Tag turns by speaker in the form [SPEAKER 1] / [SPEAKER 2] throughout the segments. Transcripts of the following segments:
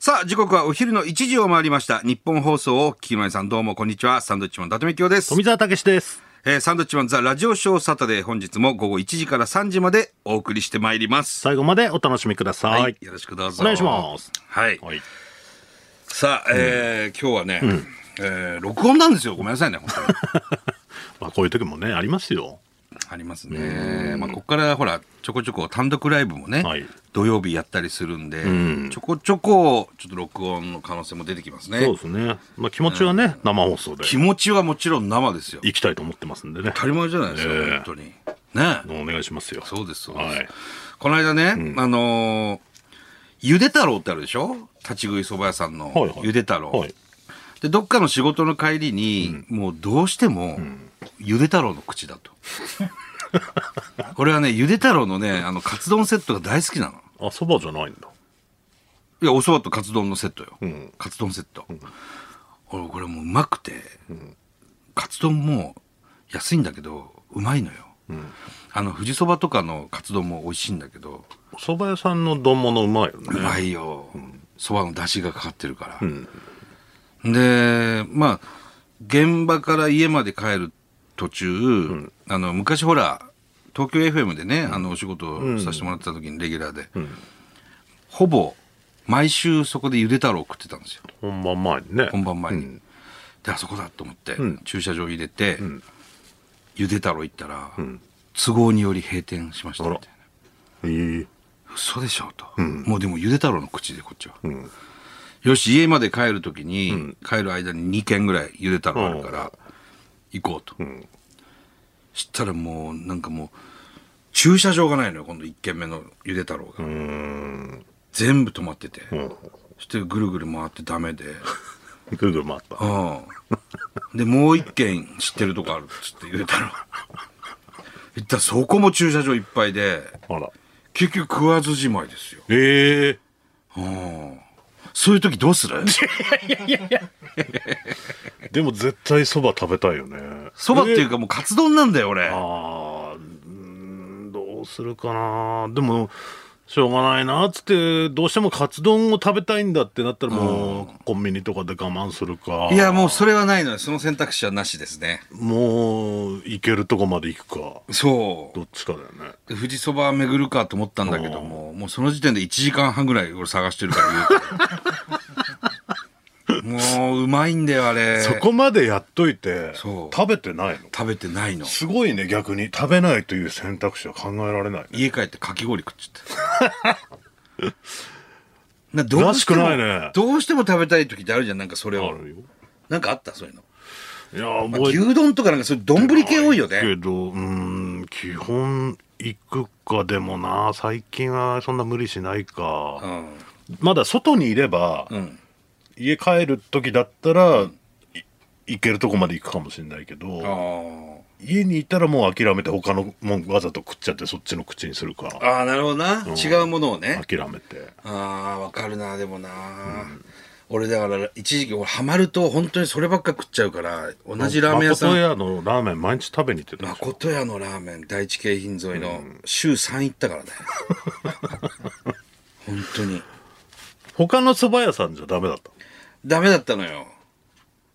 [SPEAKER 1] さあ、時刻はお昼の1時を回りました。日本放送をお聞きの皆さん、どうもこんにちは。サンドウィッチマン、伊達美京です。
[SPEAKER 2] 富澤たけしです。
[SPEAKER 1] えーサンドウィッチマン、ザ・ラジオショーサタデー、本日も午後1時から3時までお送りしてまいります。
[SPEAKER 2] 最後までお楽しみください。
[SPEAKER 1] はい、よろしくどうぞ。
[SPEAKER 2] お願いします。
[SPEAKER 1] はい。
[SPEAKER 2] はい。
[SPEAKER 1] さあ、えー今日はね、えー録音なんですよ。ごめんなさいね、 本当に。
[SPEAKER 2] まあこういう時もねありますよ。
[SPEAKER 1] ありますね。まあ、ここからほら、ちょこちょこ単独ライブもね、
[SPEAKER 2] はい
[SPEAKER 1] 土曜日やったりするんで、
[SPEAKER 2] ん
[SPEAKER 1] ちょこちょこ、ちょっと録音の可能性も出てきます
[SPEAKER 2] そう
[SPEAKER 1] ね
[SPEAKER 2] で。すね。まあ気持ちはね、生放送で
[SPEAKER 1] 気持ちはもちろん生ですよ。
[SPEAKER 2] 行きたいと思ってますんでね。
[SPEAKER 1] 当たり前じゃないですか、
[SPEAKER 2] ええ
[SPEAKER 1] 本当に。ねえ
[SPEAKER 2] お願いしますよ。
[SPEAKER 1] そうです、そうです。
[SPEAKER 2] はい
[SPEAKER 1] この間ね、あのーゆで太郎ってあるでしょ立ち食いそば屋さんの
[SPEAKER 2] はいはい
[SPEAKER 1] ゆで太郎。
[SPEAKER 2] はい。
[SPEAKER 1] で、どっかの仕事の帰りに、もうどうしても、ゆで太郎の口だと。俺はね、ゆで太郎のね、あの、カツ丼セットが大好きなの。
[SPEAKER 2] あそばじゃないんだ。
[SPEAKER 1] いや、お蕎麦とカツ丼のセットよ。
[SPEAKER 2] うん
[SPEAKER 1] カツ丼セット。俺、これもううまくて、カツ丼も安いんだけど、うまいのよ。あの、富士そばとかのカツ丼も美味しいんだけど、
[SPEAKER 2] お蕎麦屋さんの丼物うまいよね。
[SPEAKER 1] うまいよ。そばの出汁がかかってるから。
[SPEAKER 2] ん
[SPEAKER 1] で、まあ、現場から家まで帰る途中、あの、昔ほら、東京 FM でね、あの、お仕事をさせてもらってた時にレギュラーで、ほぼ、毎週そこでゆで太郎を食ってたんですよ。
[SPEAKER 2] 本番前にね。
[SPEAKER 1] 本番前に。
[SPEAKER 2] うん
[SPEAKER 1] で、あそこだと思って、
[SPEAKER 2] ん
[SPEAKER 1] 駐車場入れて、
[SPEAKER 2] ん
[SPEAKER 1] ゆで太郎行ったら、
[SPEAKER 2] ん
[SPEAKER 1] 都合により閉店しましたみたいな。
[SPEAKER 2] ええ
[SPEAKER 1] 嘘でしょと、もうでもゆで太郎の口でこっちは、
[SPEAKER 2] ん
[SPEAKER 1] よし家まで帰る時に、帰る間に2軒ぐらいゆで太郎あるから行こうと、
[SPEAKER 2] ん
[SPEAKER 1] したらもうなんかもう駐車場がないのよ今度1軒目のゆで太郎が、
[SPEAKER 2] うーん。
[SPEAKER 1] 全部止まってて、
[SPEAKER 2] うん。
[SPEAKER 1] そしてぐるぐる回ってダメで
[SPEAKER 2] ぐるぐる回った。
[SPEAKER 1] うんでもう1軒知ってるとこあるっつってゆで太郎行ったらそこも駐車場いっぱいで
[SPEAKER 2] あら。
[SPEAKER 1] 結局食わずじまいですよ
[SPEAKER 2] ええ
[SPEAKER 1] うんそういう時どうす る
[SPEAKER 2] でも絶対そば食べたいよね。
[SPEAKER 1] そばっていう
[SPEAKER 2] か。
[SPEAKER 1] かもうカツ丼なんだよ俺。
[SPEAKER 2] ああ、うーんどうするかな。でも、しょうがないなっつって、どうしてもカツ丼を食べたいんだってなったらもう、コンビニとかで我慢するか。
[SPEAKER 1] いやもうそれはないのよ。その選択肢はなしですね。
[SPEAKER 2] もう、行けるとこまで行くか。
[SPEAKER 1] そ
[SPEAKER 2] どっちかだよね。
[SPEAKER 1] う。富士そば巡るかと思ったんだけども、もうその時点で1時間半ぐらい俺探してる から言うともううまいんだよあれ。
[SPEAKER 2] そこまでやっといて、
[SPEAKER 1] そう
[SPEAKER 2] 食べてないの。
[SPEAKER 1] 食べてないの。
[SPEAKER 2] すごいね、逆に。食べないという選択肢は考えられないね。
[SPEAKER 1] 家帰ってかき氷食っちゃった。など
[SPEAKER 2] ら
[SPEAKER 1] う
[SPEAKER 2] し
[SPEAKER 1] して
[SPEAKER 2] く
[SPEAKER 1] も
[SPEAKER 2] ないね
[SPEAKER 1] どうしても食べたい時ってあるじゃん。なんかそれ
[SPEAKER 2] あ
[SPEAKER 1] を。
[SPEAKER 2] るよ。
[SPEAKER 1] なんかあったそういうの。
[SPEAKER 2] いや、覚えて
[SPEAKER 1] 牛丼とかなんかそういう丼系多いよね。
[SPEAKER 2] けど、うーん、基本行くかでもな、最近はそんな無理しないか。
[SPEAKER 1] うん。
[SPEAKER 2] まだ外にいれば、
[SPEAKER 1] うん。
[SPEAKER 2] 家帰る時だったら、い行けるとこまで行くかもしれないけど、
[SPEAKER 1] ああ。
[SPEAKER 2] 家にいたらもう諦めて他のもんわざと食っちゃってそっちの口にするか
[SPEAKER 1] ああなるほどな、
[SPEAKER 2] ん
[SPEAKER 1] 違うものをね
[SPEAKER 2] 諦めて
[SPEAKER 1] ああわかるなでもな、俺だから一時期俺ハマると本当にそればっか食っちゃうから同じラーメン屋さ
[SPEAKER 2] 誠
[SPEAKER 1] ん
[SPEAKER 2] 屋のラーメン毎日食べに行ってたでしょ
[SPEAKER 1] 誠屋のラーメン第一京浜沿いの週3行ったからね、本当に
[SPEAKER 2] 他の蕎麦屋さんじゃダメだった
[SPEAKER 1] ダメだったのよ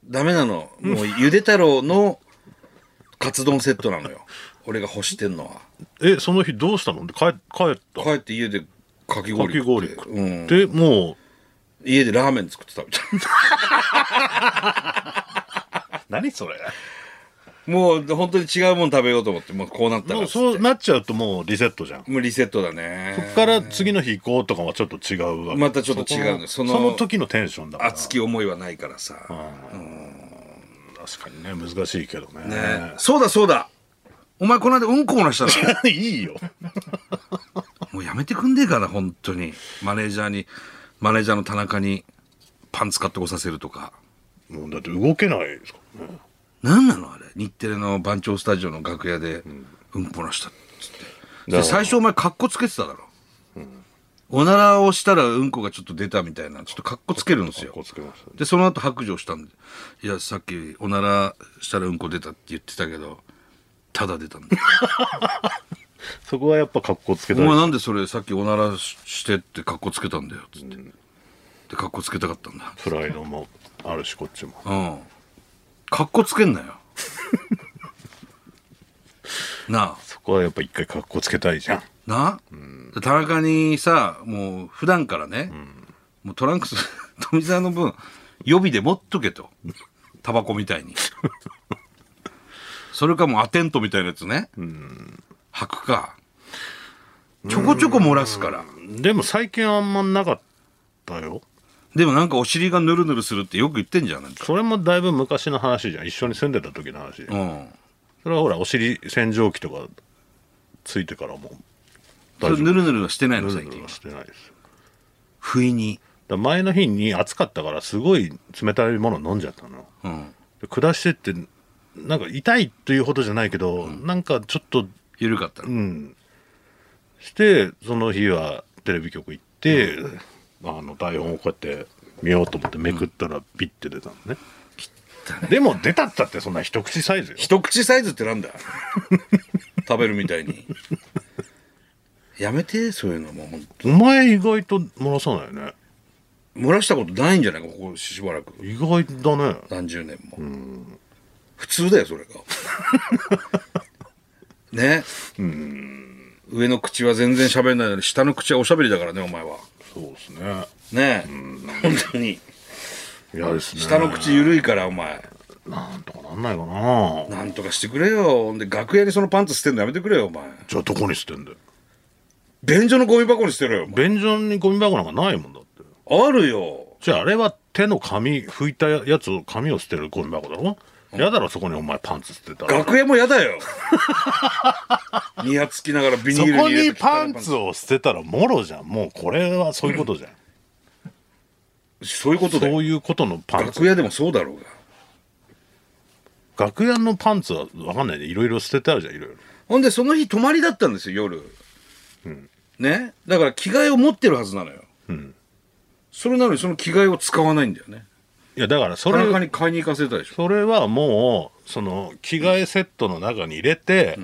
[SPEAKER 1] ダメなのもうゆで太郎のカツ丼セットなのよ俺が欲してんのは
[SPEAKER 2] えその日どうしたの帰帰った
[SPEAKER 1] 帰って家でかき
[SPEAKER 2] か
[SPEAKER 1] 氷
[SPEAKER 2] き
[SPEAKER 1] 食っ
[SPEAKER 2] 氷
[SPEAKER 1] て
[SPEAKER 2] 食
[SPEAKER 1] う
[SPEAKER 2] っ
[SPEAKER 1] ん、
[SPEAKER 2] て、も
[SPEAKER 1] 家でラーメン作ってたみたいな
[SPEAKER 2] う何それ
[SPEAKER 1] もう 本当に違うもの食べようと思って、もうこうなったから
[SPEAKER 2] もう
[SPEAKER 1] っつって
[SPEAKER 2] そうなっちゃうともうリセットじゃん
[SPEAKER 1] もうリセットだね。
[SPEAKER 2] そっから次の日行こうとかはちょっと違うわけ
[SPEAKER 1] またちょっと違うの
[SPEAKER 2] そ
[SPEAKER 1] そ
[SPEAKER 2] こ
[SPEAKER 1] の
[SPEAKER 2] のその時のテンションだから
[SPEAKER 1] 熱き思いはないからさ。
[SPEAKER 2] 確かにね難しいけどね
[SPEAKER 1] ね、そうだそうだお前この間うんこ漏らしたの
[SPEAKER 2] いいよ
[SPEAKER 1] もうやめてくんねえかな、本当に。マネージャーに、マネージャーの田中にパン使ってこさせるとか。
[SPEAKER 2] もうだって動けないですからね
[SPEAKER 1] なんなのあれ。日テレの番長スタジオの楽屋でうんこ漏らしたっつって。で、最初お前格好つけてただろ。おならをしたらうんこがちょっと出たみたいな、ちょっと格好つけるんですよ
[SPEAKER 2] こ。うつけましたね
[SPEAKER 1] で、その後白状したんで、いや、さっきおならしたらうんこ出たって言ってたけど、ただ出たん だ。
[SPEAKER 2] そこはやっぱ格好つけ
[SPEAKER 1] お
[SPEAKER 2] たい
[SPEAKER 1] 前なんでそれさっきおならししてって格好つけたんだよ、つって。って格好つけたかったんだ
[SPEAKER 2] プライドもあるしこっちも
[SPEAKER 1] うん格好つけんな よなあ
[SPEAKER 2] そこはやっぱ一回格好つけたいじゃん
[SPEAKER 1] な、田中にさもう普段からね、もうトランクス 富澤の分予備で持っとけとタバコみたいにそれかもうアテントみたいなやつね、履くかちょこちょこ漏らすから
[SPEAKER 2] でも最近あんまなかったよ
[SPEAKER 1] でもなんかお尻がヌルヌルするってよく言ってんじゃんなんか
[SPEAKER 2] それもだいぶ昔の話じゃん一緒に住んでた時の話
[SPEAKER 1] うん
[SPEAKER 2] それはほらお尻洗浄機とかついてからもう
[SPEAKER 1] それヌルヌルはしてないの
[SPEAKER 2] ぬる
[SPEAKER 1] 最
[SPEAKER 2] ぬる
[SPEAKER 1] 近
[SPEAKER 2] はしてないですだか
[SPEAKER 1] 不意に
[SPEAKER 2] ら前の日に暑かったからすごい冷たいもの飲んじゃったの
[SPEAKER 1] うん
[SPEAKER 2] で下してってなんか痛いというほどじゃないけど、なんかちょっと
[SPEAKER 1] 緩かったの、
[SPEAKER 2] うんしてその日はテレビ局行って、あの台本をこうやって見ようと思ってめくったらビッて出たのね、でも出たったってそんな一口サイズよ
[SPEAKER 1] 一口サイズってなんだ 食べるみたいにやめてそういうのもうほんと
[SPEAKER 2] お前意外と漏らさないよね
[SPEAKER 1] 漏らしたことないんじゃないかここしばらく
[SPEAKER 2] 意外だね
[SPEAKER 1] 何十年も普通だよそれが ね上の口は全然喋んないのに下の口はおしゃべりだからねお前は
[SPEAKER 2] そうですね
[SPEAKER 1] ねえ本当に
[SPEAKER 2] いやですね
[SPEAKER 1] 下の口緩いからお前
[SPEAKER 2] なんとかなんないかな
[SPEAKER 1] なんとかしてくれよほんで楽屋にそのパンツ捨てるのやめてくれよお前
[SPEAKER 2] じゃあどこに捨てんだよ
[SPEAKER 1] 便所のゴミ箱に捨てろよお前
[SPEAKER 2] 便所にゴミ箱なんかないもんだって
[SPEAKER 1] あるよ
[SPEAKER 2] じゃああれは手の紙拭いたやつを紙を捨てるゴミ箱だろ、やだろそこにお前パンツ捨てたら
[SPEAKER 1] 楽屋もやだよニヤつきながらビニ
[SPEAKER 2] そ
[SPEAKER 1] ールに
[SPEAKER 2] こ
[SPEAKER 1] 入れ
[SPEAKER 2] に
[SPEAKER 1] て
[SPEAKER 2] パンツを捨てたらもろじゃんもうこれはそういうことじゃん、
[SPEAKER 1] そういうことだ
[SPEAKER 2] そ
[SPEAKER 1] よ
[SPEAKER 2] ういうことのパンツ
[SPEAKER 1] 楽屋でもそうだろうが
[SPEAKER 2] 楽屋のパンツは分かんないでいろいろ捨ててあるじゃんいろいろ
[SPEAKER 1] ほんでその日泊まりだったんですよ夜、ねだから着替えを持ってるはずなのよ、それなのにその着替えを使わないんだよね
[SPEAKER 2] いやだからそ
[SPEAKER 1] 田
[SPEAKER 2] れ
[SPEAKER 1] 中に買いに行かせたでしょ
[SPEAKER 2] それはもうその着替えセットの中に入れて、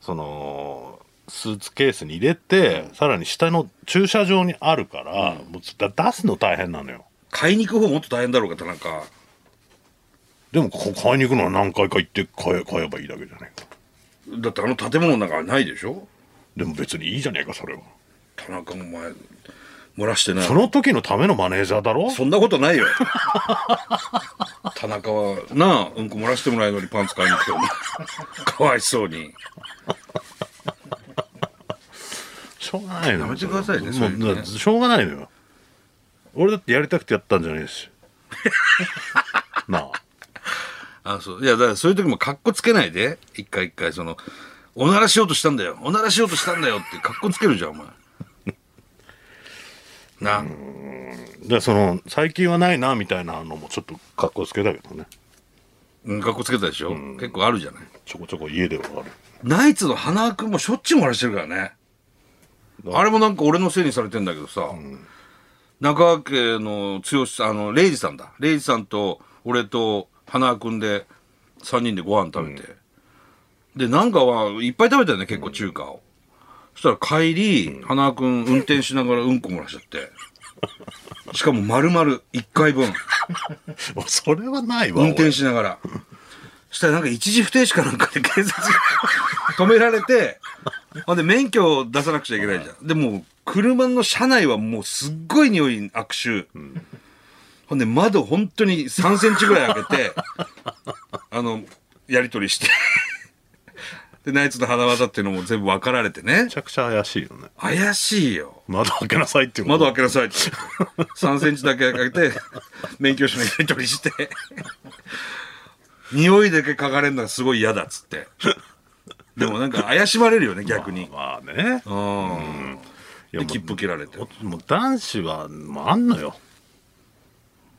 [SPEAKER 2] そのスーツケースに入れて、さらに下の駐車場にあるから、もうだ出すの大変なのよ
[SPEAKER 1] 買いに行く方もっと大変だろうが田中
[SPEAKER 2] でもこ買いに行くのは何回か行って買え買えばいいだけじゃないか
[SPEAKER 1] だってあの建物の中はないでしょ
[SPEAKER 2] でも別にいいじゃねえかそれは
[SPEAKER 1] 田中お前漏らしてない
[SPEAKER 2] その時のためのマネージャーだろ
[SPEAKER 1] そんなことないよ田中はなあうんこ漏らしてもないのにパンツ買いに来てもかわいそうに
[SPEAKER 2] しょうがないの
[SPEAKER 1] や
[SPEAKER 2] よ
[SPEAKER 1] めてくださいね
[SPEAKER 2] も
[SPEAKER 1] そういう
[SPEAKER 2] う
[SPEAKER 1] のね
[SPEAKER 2] だってしょうがないのよ俺だってやりたくてやったんじゃね えしなあ
[SPEAKER 1] あそういやだからそういう時もかっこつけないで一回一回そのおならしようとしたんだよおならしようとしたんだよってかっこつけるじゃんお前な
[SPEAKER 2] でその最近はないなみたいなのもちょっと格好つけたけどね
[SPEAKER 1] うんかっこつけたでしょ、結構あるじゃない
[SPEAKER 2] ちょこちょこ家ではある
[SPEAKER 1] ナイツの花輪君もしょっちゅう漏らしてるからねあれもなんか俺のせいにされてんだけどさ、中川家の剛さんあの礼二さんだ礼二さんと俺と花輪君で3人でご飯食べて、でなんかはいっぱい食べたよね結構中華を、そしたら帰り、花輪君運転しながらうんこ漏らしちゃってしかも丸々1回分
[SPEAKER 2] それはないわ
[SPEAKER 1] 運転しなが ら。したらなんか一時不停止かなんかで警察が 止められて、ほんで免許を出さなくちゃいけないじゃん。で、もう車の車内はもうすっごい匂い悪臭。ほんで窓本当に3センチぐらい開け て、あの、やりとりして。で、ナイツの花技っていうのも全部分かられてね
[SPEAKER 2] め。ちゃくちゃ怪しいよね
[SPEAKER 1] 怪しいよ。
[SPEAKER 2] 窓開けなさいっていう
[SPEAKER 1] 窓開
[SPEAKER 2] け
[SPEAKER 1] けなさいって3センチだけ開けて免許証のやり取りして匂いだけ嗅がれるのがすごい嫌だっつってでもなんか怪しまれるよね逆に
[SPEAKER 2] まあね
[SPEAKER 1] うん
[SPEAKER 2] いやも
[SPEAKER 1] で
[SPEAKER 2] う
[SPEAKER 1] 切符切られて
[SPEAKER 2] おもう男子はもうあんのよ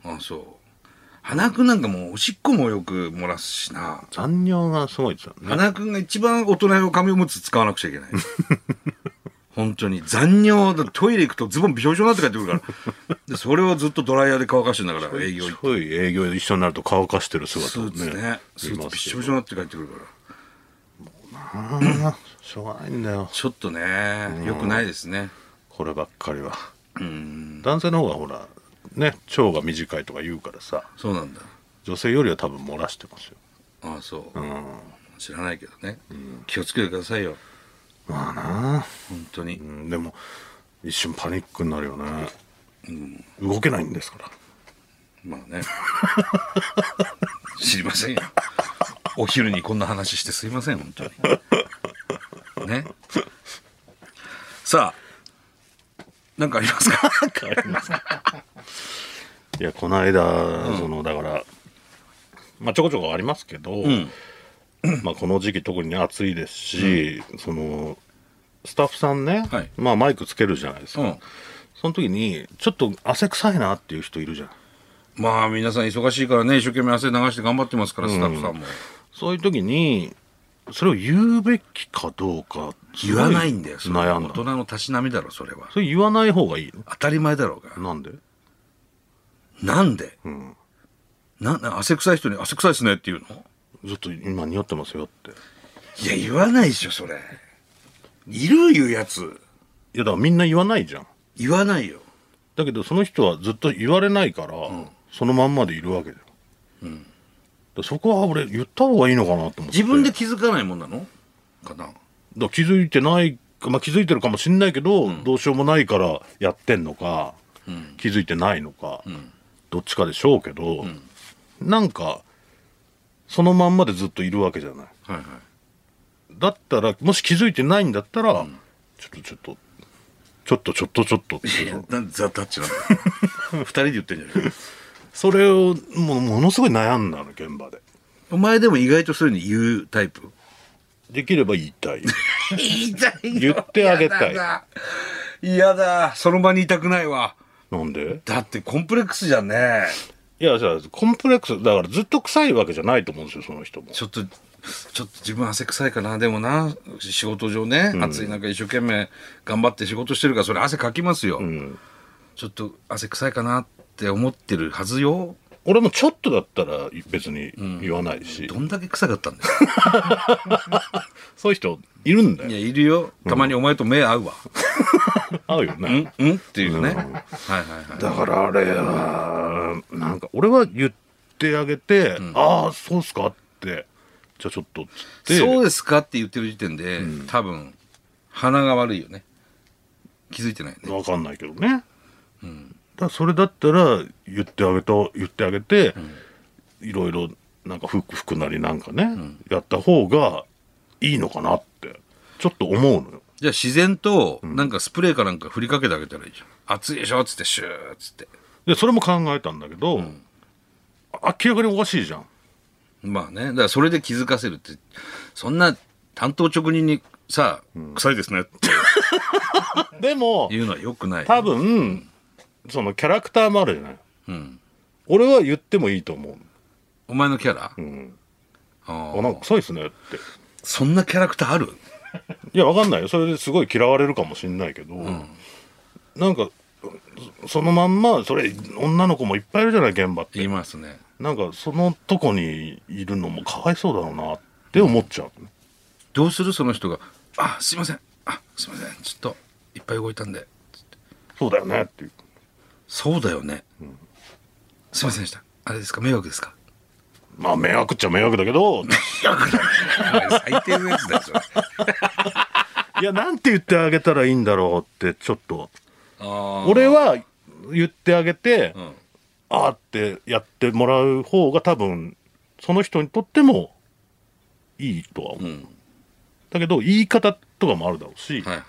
[SPEAKER 1] あそう花くんなんかもうおしっこもよく漏らすしな
[SPEAKER 2] 残尿がすごいですよね
[SPEAKER 1] 花くんが一番大人用紙おむつ使わなくちゃいけない 本当に残尿だトイレ行くとズボンびしょびしょになって帰ってくるからでそれをずっとドライヤーで乾かしてんだから営業行って
[SPEAKER 2] すごい営業で一緒になると乾かしてる
[SPEAKER 1] ス
[SPEAKER 2] 姿を
[SPEAKER 1] ーツね
[SPEAKER 2] ね
[SPEAKER 1] スーツびっしょび
[SPEAKER 2] 見
[SPEAKER 1] しょになって帰ってくるから
[SPEAKER 2] ますよあーしょうがないんだよ
[SPEAKER 1] ちょっとねよくないですね
[SPEAKER 2] こればっかりは男性の方がほらね腸が短いとか言うからさ
[SPEAKER 1] そうなんだ
[SPEAKER 2] 女性よりは多分漏らしてますよ
[SPEAKER 1] ああそう、
[SPEAKER 2] うん
[SPEAKER 1] 知らないけどね、気をつけてくださいよ
[SPEAKER 2] まあな
[SPEAKER 1] 本当に、
[SPEAKER 2] うんでも一瞬パニックになるよね、動けないんですから
[SPEAKER 1] まあ ね知りませんよお昼にこんな話してすいません本当にねさあなんかあります か
[SPEAKER 2] いやこの間、そのだからまあちょこちょこありますけど、
[SPEAKER 1] ん
[SPEAKER 2] まあ、この時期特にね暑いですし、そのスタッフさんね、
[SPEAKER 1] はい
[SPEAKER 2] まあ、マイクつけるじゃないですか、
[SPEAKER 1] うん
[SPEAKER 2] その時にちょっと汗臭いなっていう人いるじゃん
[SPEAKER 1] まあ皆さん忙しいからね一生懸命汗流して頑張ってますからスタッフさんも、
[SPEAKER 2] そういう時にそれを言うべきかどうかすご
[SPEAKER 1] 言わないんだよそれ
[SPEAKER 2] 悩ん
[SPEAKER 1] 大人
[SPEAKER 2] だ
[SPEAKER 1] のたしなみだろそれは
[SPEAKER 2] それ言わない方がいい
[SPEAKER 1] 当たり前だろうが
[SPEAKER 2] のなんで
[SPEAKER 1] なんで、
[SPEAKER 2] ん
[SPEAKER 1] なな汗臭い人に汗臭いっすねって言うの
[SPEAKER 2] ずっと今匂ってますよって
[SPEAKER 1] いや言わないでしょそれいるいうやつ
[SPEAKER 2] いやだからみんな言わないじゃん
[SPEAKER 1] 言わないよ
[SPEAKER 2] だけどその人はずっと言われないから、そのまんまでいるわけだよ、だからそこは俺言った方がいいのかなと思って
[SPEAKER 1] 自分で気づかないもんなのかな
[SPEAKER 2] だから気づいてないか、まあ、気づいてるかもしんないけど、どうしようもないからやってんのか、気づいてないのか、どっちかでしょうけど、なんかそのまんまでずっといるわけじゃない
[SPEAKER 1] はいはい
[SPEAKER 2] だったらもし気づいてないんだったら、ちょっとちょっとちょっとちょっとちょっとって
[SPEAKER 1] い
[SPEAKER 2] いう
[SPEAKER 1] や
[SPEAKER 2] の
[SPEAKER 1] なんでザ・タッチなんだよ二人で言ってんじゃない
[SPEAKER 2] それをもうものすごい悩んだの現場で
[SPEAKER 1] お前でも意外とそういうの言うタイプ
[SPEAKER 2] できれば言い たい
[SPEAKER 1] 言いたい
[SPEAKER 2] 言ってあげたい
[SPEAKER 1] 嫌だその場にいたくないわ
[SPEAKER 2] なんで
[SPEAKER 1] だってコンプレックスじゃんね
[SPEAKER 2] いやじゃあコンプレックスだからずっと臭いわけじゃないと思うんですよその人も
[SPEAKER 1] ちょっと、ちょっと自分汗臭いかな。でもな、仕事上ね、暑い中一生懸命頑張って仕事してるから、それ汗かきますよ。ちょっと汗臭いかなって思ってるはずよ。
[SPEAKER 2] 俺もちょっとだったら別に言わないし、
[SPEAKER 1] どんだけ臭かったんだよ。
[SPEAKER 2] そういう人いるんだ
[SPEAKER 1] いや、
[SPEAKER 2] よ
[SPEAKER 1] いるよ。たまにお前と目合うわ。
[SPEAKER 2] 合うよね、
[SPEAKER 1] うんうんっていうね。はいはいはい。
[SPEAKER 2] だからあれはなんか俺は言ってあげて、ああそうっすかってじゃあちょっとっつって
[SPEAKER 1] そうですかって言ってる時点で、多分、鼻が悪いよね。気づいてないよね。
[SPEAKER 2] わかんないけどね、だからそれだったら言ってあげと言ってあげて、いろいろなんか服服なりなんかね、やった方がいいのかなってちょっと思うのよ
[SPEAKER 1] じゃあ自然と、なんかスプレーかなんか振りかけてあげたらいいじゃん。暑いでしょっつって、シューっつって。
[SPEAKER 2] でそれも考えたんだけど、明らかにおかしいじゃん
[SPEAKER 1] まあね、だからそれで気づかせるって、そんな担当直人にさ、臭いですねって
[SPEAKER 2] でも
[SPEAKER 1] 言うのはよくない。
[SPEAKER 2] 多分そのキャラクターもあるじゃない
[SPEAKER 1] うん。
[SPEAKER 2] 俺は言ってもいいと思う、
[SPEAKER 1] お前のキャラ、
[SPEAKER 2] うん、
[SPEAKER 1] あ
[SPEAKER 2] あ
[SPEAKER 1] あ
[SPEAKER 2] なんか臭いっすねって
[SPEAKER 1] そんなキャラクターある
[SPEAKER 2] いやわかんないよそれですごい嫌われるかもしんないけど、なんかそそのまんまそれ女の子もいっぱいいるじゃない現場っ
[SPEAKER 1] 言
[SPEAKER 2] て
[SPEAKER 1] いますね。
[SPEAKER 2] なんかそのとこにいるのもかわいそうだろうなって思っちゃう、
[SPEAKER 1] どうするその人が、あ、すいません。あ、すいません。ちょっと、いっぱい動いたんで。
[SPEAKER 2] そうだよねっていう
[SPEAKER 1] そうだよね。すいませんでした。あれですか迷惑ですか
[SPEAKER 2] まあ迷惑っちゃ迷惑だけ ど
[SPEAKER 1] 最低のやつだよ、それ。
[SPEAKER 2] いやなんて言ってあげたらいいんだろうってちょっと
[SPEAKER 1] あ
[SPEAKER 2] 俺は言ってあげて、
[SPEAKER 1] ん
[SPEAKER 2] ああってやってもらう方が多分その人にとってもいいとは思う、
[SPEAKER 1] ん
[SPEAKER 2] だけど言い方とかもあるだろうし、
[SPEAKER 1] あ。はいはい。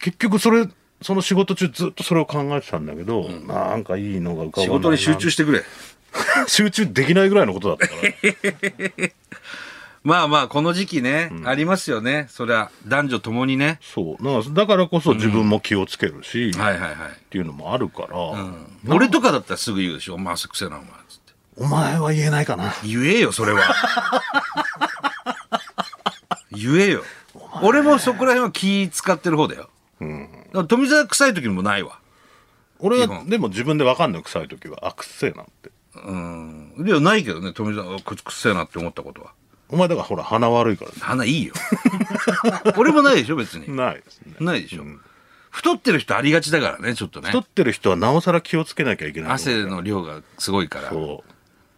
[SPEAKER 2] 結局それその仕事中ずっとそれを考えてたんだけど、なんかいいのが浮かばない
[SPEAKER 1] 仕事に集中
[SPEAKER 2] し
[SPEAKER 1] してくれ。
[SPEAKER 2] 集中できないぐらいのことだったから
[SPEAKER 1] まあまあ、この時期ね、ありますよね。そりゃ、男女ともにね。
[SPEAKER 2] そうなんかだからこそ自分も気をつけるし、っ
[SPEAKER 1] はいはいはい。
[SPEAKER 2] ていうのもあるから、
[SPEAKER 1] 俺とかだったらすぐ言うでしょ。お前汗くせえな、お前。つって
[SPEAKER 2] お前は言えないかな
[SPEAKER 1] 言えよ、それは。 言えよ。俺もそこら辺は気使ってる方だよ。だから富澤臭い時もないわ。
[SPEAKER 2] 俺
[SPEAKER 1] 基
[SPEAKER 2] は
[SPEAKER 1] 本
[SPEAKER 2] でも自分で分かんない臭い時はあくっせえなって
[SPEAKER 1] うん。いや、ないけどね、富澤、あくくっせえなって思ったことは。
[SPEAKER 2] お前だからほら鼻悪いからね
[SPEAKER 1] 鼻いいよ。俺もないでしょ、別に。
[SPEAKER 2] ないですね
[SPEAKER 1] ないでしょ。太ってる人ありがちだからね、ちょっとね
[SPEAKER 2] 太。ってる人はなおさら気をつけなきゃいけない
[SPEAKER 1] 汗の量がすごいから。
[SPEAKER 2] そう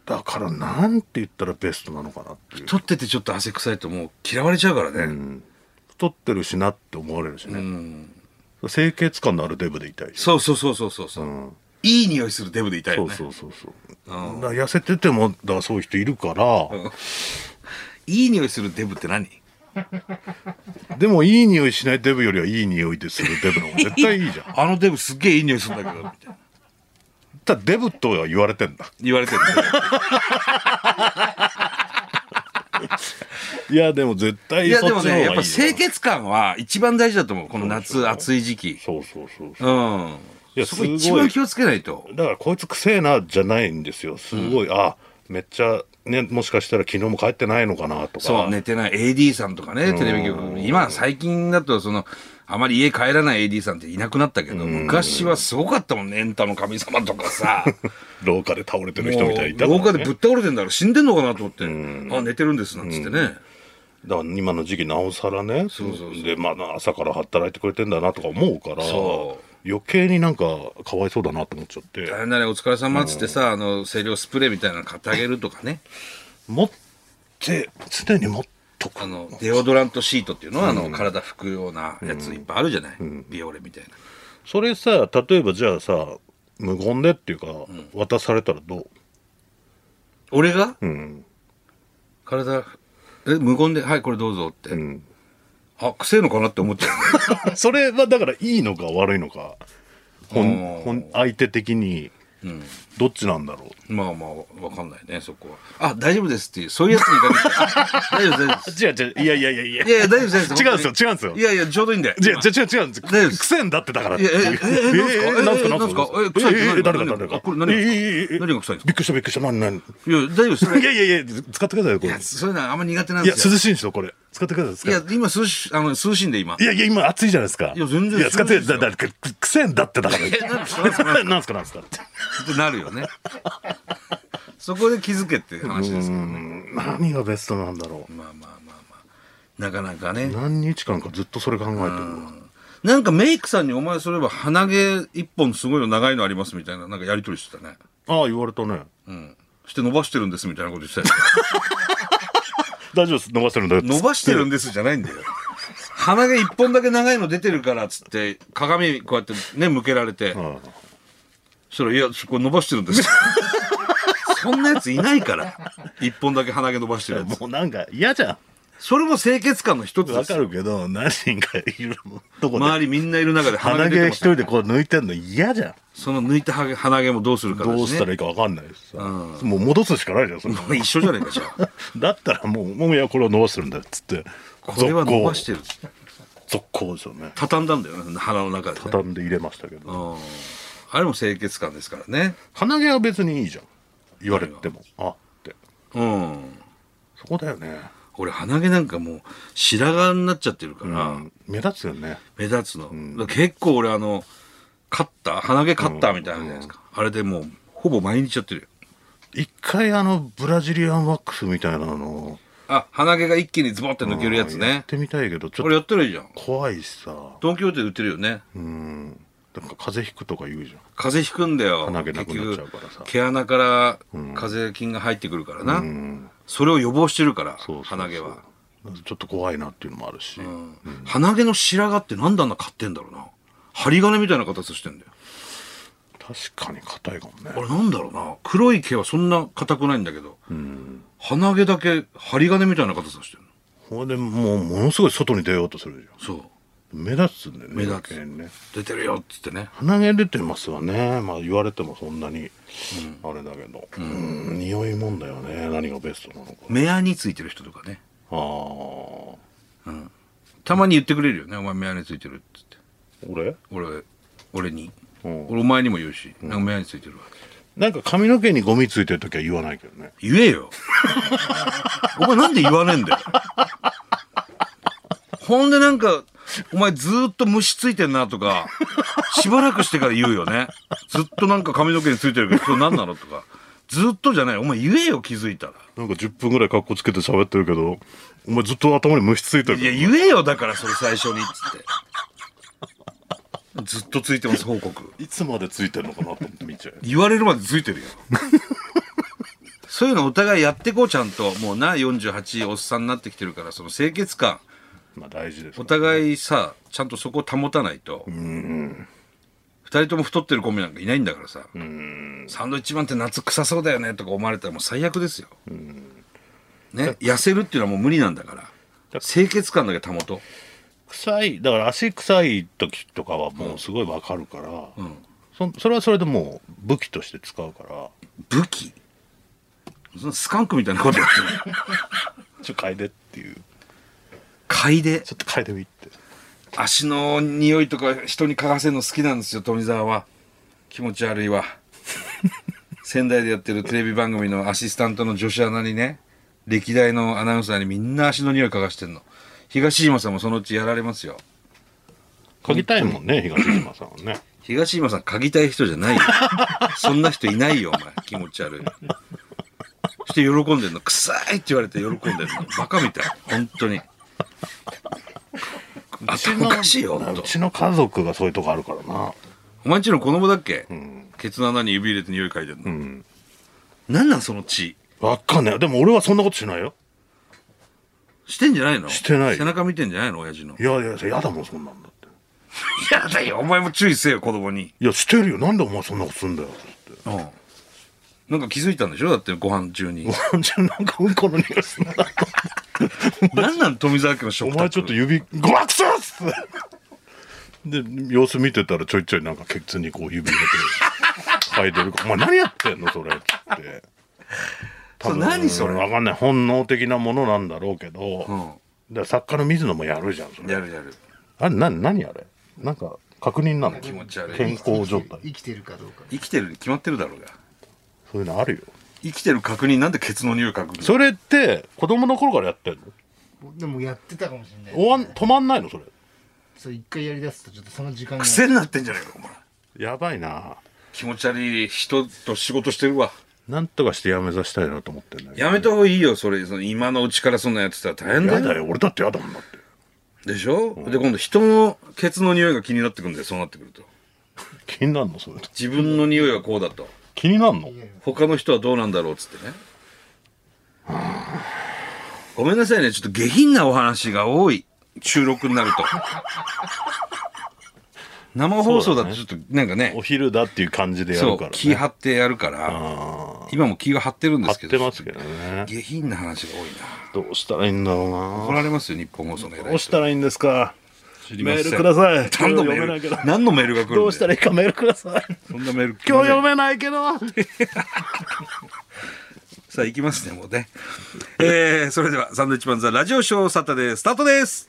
[SPEAKER 2] だからなんて言ったらベストなのかなっていう
[SPEAKER 1] 太っててちょっと汗臭いともう嫌われちゃうからね。
[SPEAKER 2] うん太ってるしなって思われるしね、清潔感のあるデブでいたいし、
[SPEAKER 1] そうそうそうそうそう。う
[SPEAKER 2] うん
[SPEAKER 1] いい匂いするデブでいたい
[SPEAKER 2] そ
[SPEAKER 1] よ
[SPEAKER 2] う
[SPEAKER 1] ね。
[SPEAKER 2] そうそうそう
[SPEAKER 1] うん
[SPEAKER 2] だから痩せててもだからそういう人いるから、
[SPEAKER 1] いい匂いするデブって何
[SPEAKER 2] でもいい匂いしないデブよりはいい匂いでするデブの方が絶対いい じゃん
[SPEAKER 1] あのデブすっげえいい匂 いするんだけど、みたいな。
[SPEAKER 2] ただデブとは言われてんだ
[SPEAKER 1] 言われてる。
[SPEAKER 2] いやでも絶対
[SPEAKER 1] いやでも
[SPEAKER 2] そっちの方が
[SPEAKER 1] ね、
[SPEAKER 2] いいよ
[SPEAKER 1] やっぱ清潔感は一番大事だと思う。この
[SPEAKER 2] そうで
[SPEAKER 1] 夏
[SPEAKER 2] しょ
[SPEAKER 1] 暑い時期。
[SPEAKER 2] そうそうそうそう
[SPEAKER 1] うん。
[SPEAKER 2] いや
[SPEAKER 1] そ
[SPEAKER 2] す
[SPEAKER 1] こ
[SPEAKER 2] ごい
[SPEAKER 1] 一番気をつけないと。
[SPEAKER 2] だからこいつくせえなじゃないんですよすごい、あめっちゃねもしかしたら昨日も帰ってないのかなとか
[SPEAKER 1] そう、寝てない AD さんとかね、テレビ局。今、最近だと、その、あまり家帰らない AD さんっていなくなったけど、昔はすごかったもんね、エンタの神様とか さ。
[SPEAKER 2] 廊下で倒れてる人
[SPEAKER 1] も
[SPEAKER 2] みたいにいうたから、
[SPEAKER 1] 廊
[SPEAKER 2] ね、
[SPEAKER 1] 下でぶっ倒れてんだろ、死んでんのかなと思って。あ、寝てるんです、なんつってね。
[SPEAKER 2] だから今の時期なおさらね
[SPEAKER 1] うそうそう
[SPEAKER 2] で、まあ、朝から働いてくれてんだなとか思うから
[SPEAKER 1] そ
[SPEAKER 2] 余計になんかかわいそうだなと思っちゃって
[SPEAKER 1] 大変だね、お疲れ様っつってさ、あの、清涼スプレーみたいなの買ってあげるとかね。
[SPEAKER 2] 持って常に持っとく
[SPEAKER 1] あのデオドラントシートっていうのは、あの体拭くようなやついっぱいあるじゃない、ビオレみたいな
[SPEAKER 2] それさ例えばじゃあさ無言でっていうか、渡されたらどう、
[SPEAKER 1] 俺が
[SPEAKER 2] うん
[SPEAKER 1] 体え無言で「はいこれどうぞ」って、
[SPEAKER 2] うん、
[SPEAKER 1] あくせえのかなって思っちゃうね
[SPEAKER 2] それはだからいいのか悪いのかほ
[SPEAKER 1] うん
[SPEAKER 2] んほん相手的にどっちなんだろう
[SPEAKER 1] まあまあわかんないねそこは「あ大丈夫です」っていうそういうやつに限ってあ「大丈夫です大丈夫です
[SPEAKER 2] 違う違ういやいやいやいや」
[SPEAKER 1] いやいや大丈夫です
[SPEAKER 2] 違うんですよ
[SPEAKER 1] 本当に
[SPEAKER 2] 違うんですよ
[SPEAKER 1] いやいやちょうどいいんだよ
[SPEAKER 2] じゃ
[SPEAKER 1] 今
[SPEAKER 2] じゃ違う違うんです
[SPEAKER 1] 丈夫です
[SPEAKER 2] くせんだってだから
[SPEAKER 1] いやええええなんすか
[SPEAKER 2] なん
[SPEAKER 1] ええなんす
[SPEAKER 2] すか
[SPEAKER 1] かえ臭いって
[SPEAKER 2] ええ
[SPEAKER 1] 何
[SPEAKER 2] え誰
[SPEAKER 1] 何
[SPEAKER 2] が誰
[SPEAKER 1] あ
[SPEAKER 2] が
[SPEAKER 1] これ何
[SPEAKER 2] ええええええ
[SPEAKER 1] 何が臭いんですか
[SPEAKER 2] びっくりしたびっくりした何何
[SPEAKER 1] いや大丈夫です
[SPEAKER 2] いやいやいや使ってくださいよこれ
[SPEAKER 1] いやそういうのはあんま苦手なん
[SPEAKER 2] いや
[SPEAKER 1] ですよ
[SPEAKER 2] 涼しいんですよこれ使ってください使
[SPEAKER 1] い
[SPEAKER 2] っ
[SPEAKER 1] や
[SPEAKER 2] て
[SPEAKER 1] 今涼しあの涼しいんで今
[SPEAKER 2] いやいや今暑いじゃないですか
[SPEAKER 1] いや全然
[SPEAKER 2] いや使って
[SPEAKER 1] 涼しいです
[SPEAKER 2] だ
[SPEAKER 1] よ
[SPEAKER 2] だくくせんだってだか
[SPEAKER 1] えなんすかなんすから
[SPEAKER 2] なんすかなんすかって
[SPEAKER 1] ってなるよ ねそこで気づけっていう話ですけどね
[SPEAKER 2] うん何がベストなんだろう
[SPEAKER 1] まあまあまあまあなかなかね
[SPEAKER 2] 何日間かずっとそれ考えてるわ
[SPEAKER 1] なんかメイクさんに「お前それは鼻毛一本すごいの長いのあります」みたいななんかやり取りしてたね
[SPEAKER 2] ああ言われたね
[SPEAKER 1] うんして伸ばしてるんですみたいなこと言ってたよ
[SPEAKER 2] 大丈夫です伸ばしてるんだよ
[SPEAKER 1] 伸ばしてるんですじゃないんだよ鼻毛一本だけ長いの出てるからっつって鏡こうやってね向けられて、
[SPEAKER 2] ん
[SPEAKER 1] そしたら「いやそこ伸ばしてるんです」そんなやついないから一本だけ鼻毛伸ばしてるやつ
[SPEAKER 2] もうなんか嫌じゃん
[SPEAKER 1] それも清潔感の一つ
[SPEAKER 2] わ
[SPEAKER 1] です
[SPEAKER 2] か
[SPEAKER 1] よ
[SPEAKER 2] るけど何人かいるとこで
[SPEAKER 1] 周りみんないる中で
[SPEAKER 2] 鼻
[SPEAKER 1] 鼻毛出て
[SPEAKER 2] 毛一
[SPEAKER 1] ます
[SPEAKER 2] 人でこう抜いてんの嫌じゃん
[SPEAKER 1] その抜いた鼻毛鼻毛もどうするかだし、ね、
[SPEAKER 2] どうしたらいいかわかんないしさ、もう戻すしかないじゃ んそれ
[SPEAKER 1] もう一緒じゃねえかじゃあ
[SPEAKER 2] だったらもうもういやこれは伸ばしてるんだよっつって
[SPEAKER 1] これは伸ばして
[SPEAKER 2] る
[SPEAKER 1] る
[SPEAKER 2] 続行ですよね
[SPEAKER 1] 畳んだんだよね鼻の中で、ね、
[SPEAKER 2] 畳んで入れましたけど、
[SPEAKER 1] うんあれも清潔感ですからね
[SPEAKER 2] 鼻毛は別にいいじゃん言われてもあって
[SPEAKER 1] うん
[SPEAKER 2] そこだよね、
[SPEAKER 1] 俺鼻毛なんかもう白髪になっちゃってるか
[SPEAKER 2] う
[SPEAKER 1] ら、
[SPEAKER 2] ん、目立つよね
[SPEAKER 1] 目立つの、だから結構俺あのカッター鼻毛カッターみたいなのあるじゃないですか、あれでもうほぼ毎日やってるよ
[SPEAKER 2] 一回あのブラジリアンワックスみたいなの
[SPEAKER 1] あ鼻毛が一気にズボって抜けるやつ
[SPEAKER 2] やっ
[SPEAKER 1] ね、
[SPEAKER 2] てみたいけどちょっ
[SPEAKER 1] 俺や
[SPEAKER 2] と
[SPEAKER 1] ったらいいじゃん
[SPEAKER 2] 怖いしさ
[SPEAKER 1] 東京で売ってるよね
[SPEAKER 2] うんなんか風邪ひくとか言うじゃん
[SPEAKER 1] 風邪ひくんだよ
[SPEAKER 2] 鼻毛なくなっちゃうからさ
[SPEAKER 1] 結局毛穴から風邪菌が入ってくるからな、
[SPEAKER 2] うん
[SPEAKER 1] それを予防してるから
[SPEAKER 2] そうそうそう
[SPEAKER 1] 鼻毛は、
[SPEAKER 2] ちょっと怖いなっていうのもあるし、
[SPEAKER 1] うん鼻毛の白髪ってなんであんな買ってんだろうな針金みたいな形してんだよ
[SPEAKER 2] 確かに硬いかもね
[SPEAKER 1] あれなんだろうな黒い毛はそんな硬くないんだけど、鼻毛だけ針金みたいな形してるの
[SPEAKER 2] ほんでもうものすごい外に出ようとするじ
[SPEAKER 1] そう
[SPEAKER 2] ゃん目立つんだよね
[SPEAKER 1] 目立つ
[SPEAKER 2] 余計にね
[SPEAKER 1] 出てるよっつってね
[SPEAKER 2] 鼻毛出てますわねまあ言われてもそんなにあれだけど、うん匂いもんだよね何がベストなのか
[SPEAKER 1] 目アについてる人とかね
[SPEAKER 2] ああ
[SPEAKER 1] たまに言ってくれるよね「お前目アについてる」っつって
[SPEAKER 2] 俺
[SPEAKER 1] 俺俺に、
[SPEAKER 2] うん
[SPEAKER 1] 俺お前にも言うし「なんか目アについてるわ」
[SPEAKER 2] なんか髪の毛にゴミついてる時は言わないけどね
[SPEAKER 1] 言えよ。お前なんで言わねえんだよ。ほんでなんか、お前ずーっと虫ついてんなとか、しばらくしてから言うよね。ずっとなんか髪の毛についてるけど、それ何なのとか。ずーっとじゃない。お前言えよ、気づいたら。
[SPEAKER 2] なんか10分ぐらい格好つけて喋ってるけどお前ずっと頭に虫ついてる
[SPEAKER 1] い
[SPEAKER 2] け
[SPEAKER 1] や、
[SPEAKER 2] ど
[SPEAKER 1] 言えよ、だからそれ最初に、つって。ずっとついてます報告
[SPEAKER 2] いつまでついてるのかなと思って見ちゃう よ
[SPEAKER 1] 言われるまでついてるよそういうのお互いやってこうちゃんともうな48おっさんになってきてるからその清潔感
[SPEAKER 2] まあ大事です
[SPEAKER 1] お
[SPEAKER 2] から
[SPEAKER 1] 互いさちゃんとそこを保たないと2人とも太ってるコンビなんかいないんだからさサンドイッチマンって夏臭そうだよねとか思われたらもう最悪ですよね痩せるっていうのはもう無理なんだから清潔感だけ保とう
[SPEAKER 2] 臭いだから足臭い時とかはもうすごいわかるから、そそれはそれでもう武器として使うから
[SPEAKER 1] 武器そのスカンクみたいなことやってる
[SPEAKER 2] ちょっと嗅いでっていう
[SPEAKER 1] 嗅い で
[SPEAKER 2] ちょっと嗅いでみって
[SPEAKER 1] 足の匂いとか人に嗅がせるの好きなんですよ富澤は気持ち悪いわ 仙台でやってるテレビ番組のアシスタントの女子アナにね歴代のアナウンサーにみんな足の匂い嗅がしてんの東島さんもそのうちやられますよ
[SPEAKER 2] 嗅ぎたいもんね東島さんはね
[SPEAKER 1] 東島さん嗅ぎたい人じゃないよそんな人いないよお前気持ち悪いそして喜んでんの臭いって言われて喜んでんのバカみたい本当に頭おかしいよ本
[SPEAKER 2] う
[SPEAKER 1] 当
[SPEAKER 2] ちの家族がそういうとこあるからな
[SPEAKER 1] お前んちの子供だっけ、
[SPEAKER 2] ん
[SPEAKER 1] ケツの穴に指入れて匂い嗅いでんの、
[SPEAKER 2] ん
[SPEAKER 1] なんなんその血
[SPEAKER 2] わかんないでも俺はそんなことしないよ
[SPEAKER 1] してんじゃないの
[SPEAKER 2] してないよ
[SPEAKER 1] 背中見てんじゃないの親父の
[SPEAKER 2] いやいややだもんそんなんだって
[SPEAKER 1] 嫌だよお前も注意せよ子供に
[SPEAKER 2] いやしてるよなんでお前そんなことすんだよって
[SPEAKER 1] うんなんか気づいたんでしょだってご飯中に
[SPEAKER 2] じゃなんかうんこの匂いすんな
[SPEAKER 1] なんなん富澤家の
[SPEAKER 2] お
[SPEAKER 1] 食
[SPEAKER 2] 前ちょっと指ごまくそっつってで様子見てたらちょいちょいなんかケツにこう指入れて嗅いでるから「お前何やってんのそれ」っつって
[SPEAKER 1] それ何それ
[SPEAKER 2] 分かんない本能的なものなんだろうけど、
[SPEAKER 1] う
[SPEAKER 2] だ
[SPEAKER 1] ん
[SPEAKER 2] から作家の水野もやるじゃんそれ
[SPEAKER 1] やるやる
[SPEAKER 2] あれ何何あれなんか確認なの
[SPEAKER 1] 気持ち悪い
[SPEAKER 2] 健康状態
[SPEAKER 3] 生きてるかどうか
[SPEAKER 1] 生きてるに決まってるだろうが
[SPEAKER 2] そういうのあるよ
[SPEAKER 1] 生きてる確認なんでケツの匂い確認
[SPEAKER 2] それって子供の頃からやってんの
[SPEAKER 3] でもやってたかもしれない
[SPEAKER 2] 終わん止まんないのそれ
[SPEAKER 3] そう一回やりだすとちょっとその時間が
[SPEAKER 1] 癖になってんじゃないかお前
[SPEAKER 2] やばいな
[SPEAKER 1] 気持ち悪い人と仕事してるわ
[SPEAKER 2] なんとかしてやめさせたいなと思ってんだけど
[SPEAKER 1] やめた方がいいよそれその今のうちからそんなんやってたら大変だ
[SPEAKER 2] や
[SPEAKER 1] よ
[SPEAKER 2] だよ俺だってやだもんだって
[SPEAKER 1] でしょ、で今度人のケツの匂いが気になってくるんだよそうなってくると
[SPEAKER 2] 気になるのそれ
[SPEAKER 1] 自分の匂いはこうだと
[SPEAKER 2] 気になるの
[SPEAKER 1] 他の人はどうなんだろうっつってねごめんなさいねちょっと下品なお話が多い収録になる と生放送だとちょっとなんかね
[SPEAKER 2] お昼だっていう感じでや
[SPEAKER 1] そう
[SPEAKER 2] るから、ね、
[SPEAKER 1] 気張ってやるから
[SPEAKER 2] あ
[SPEAKER 1] 今も気が張ってるん
[SPEAKER 2] ー
[SPEAKER 1] で
[SPEAKER 2] 張
[SPEAKER 1] す
[SPEAKER 2] っ
[SPEAKER 1] け
[SPEAKER 2] て
[SPEAKER 1] ど
[SPEAKER 2] ますけどね
[SPEAKER 1] 下品な話が多い
[SPEAKER 2] どうしたらいいんだろう
[SPEAKER 1] な怒
[SPEAKER 2] な
[SPEAKER 1] られますよ日本放送の偉い人
[SPEAKER 2] どうしたらいいんですか
[SPEAKER 1] り
[SPEAKER 2] メ
[SPEAKER 1] ません
[SPEAKER 2] ールください
[SPEAKER 1] 何のメ
[SPEAKER 2] 今日読めないけ
[SPEAKER 1] ー
[SPEAKER 2] ど
[SPEAKER 1] ル何のメールが来るんだよ
[SPEAKER 2] どうしたらいいかメールください
[SPEAKER 1] そんなメール来
[SPEAKER 2] 今
[SPEAKER 1] ま
[SPEAKER 2] 日
[SPEAKER 1] せん
[SPEAKER 2] 読めないけど
[SPEAKER 1] さあ行きますねもうね、えー、それではサンドウィッチマンザラジオショーサタデースタートです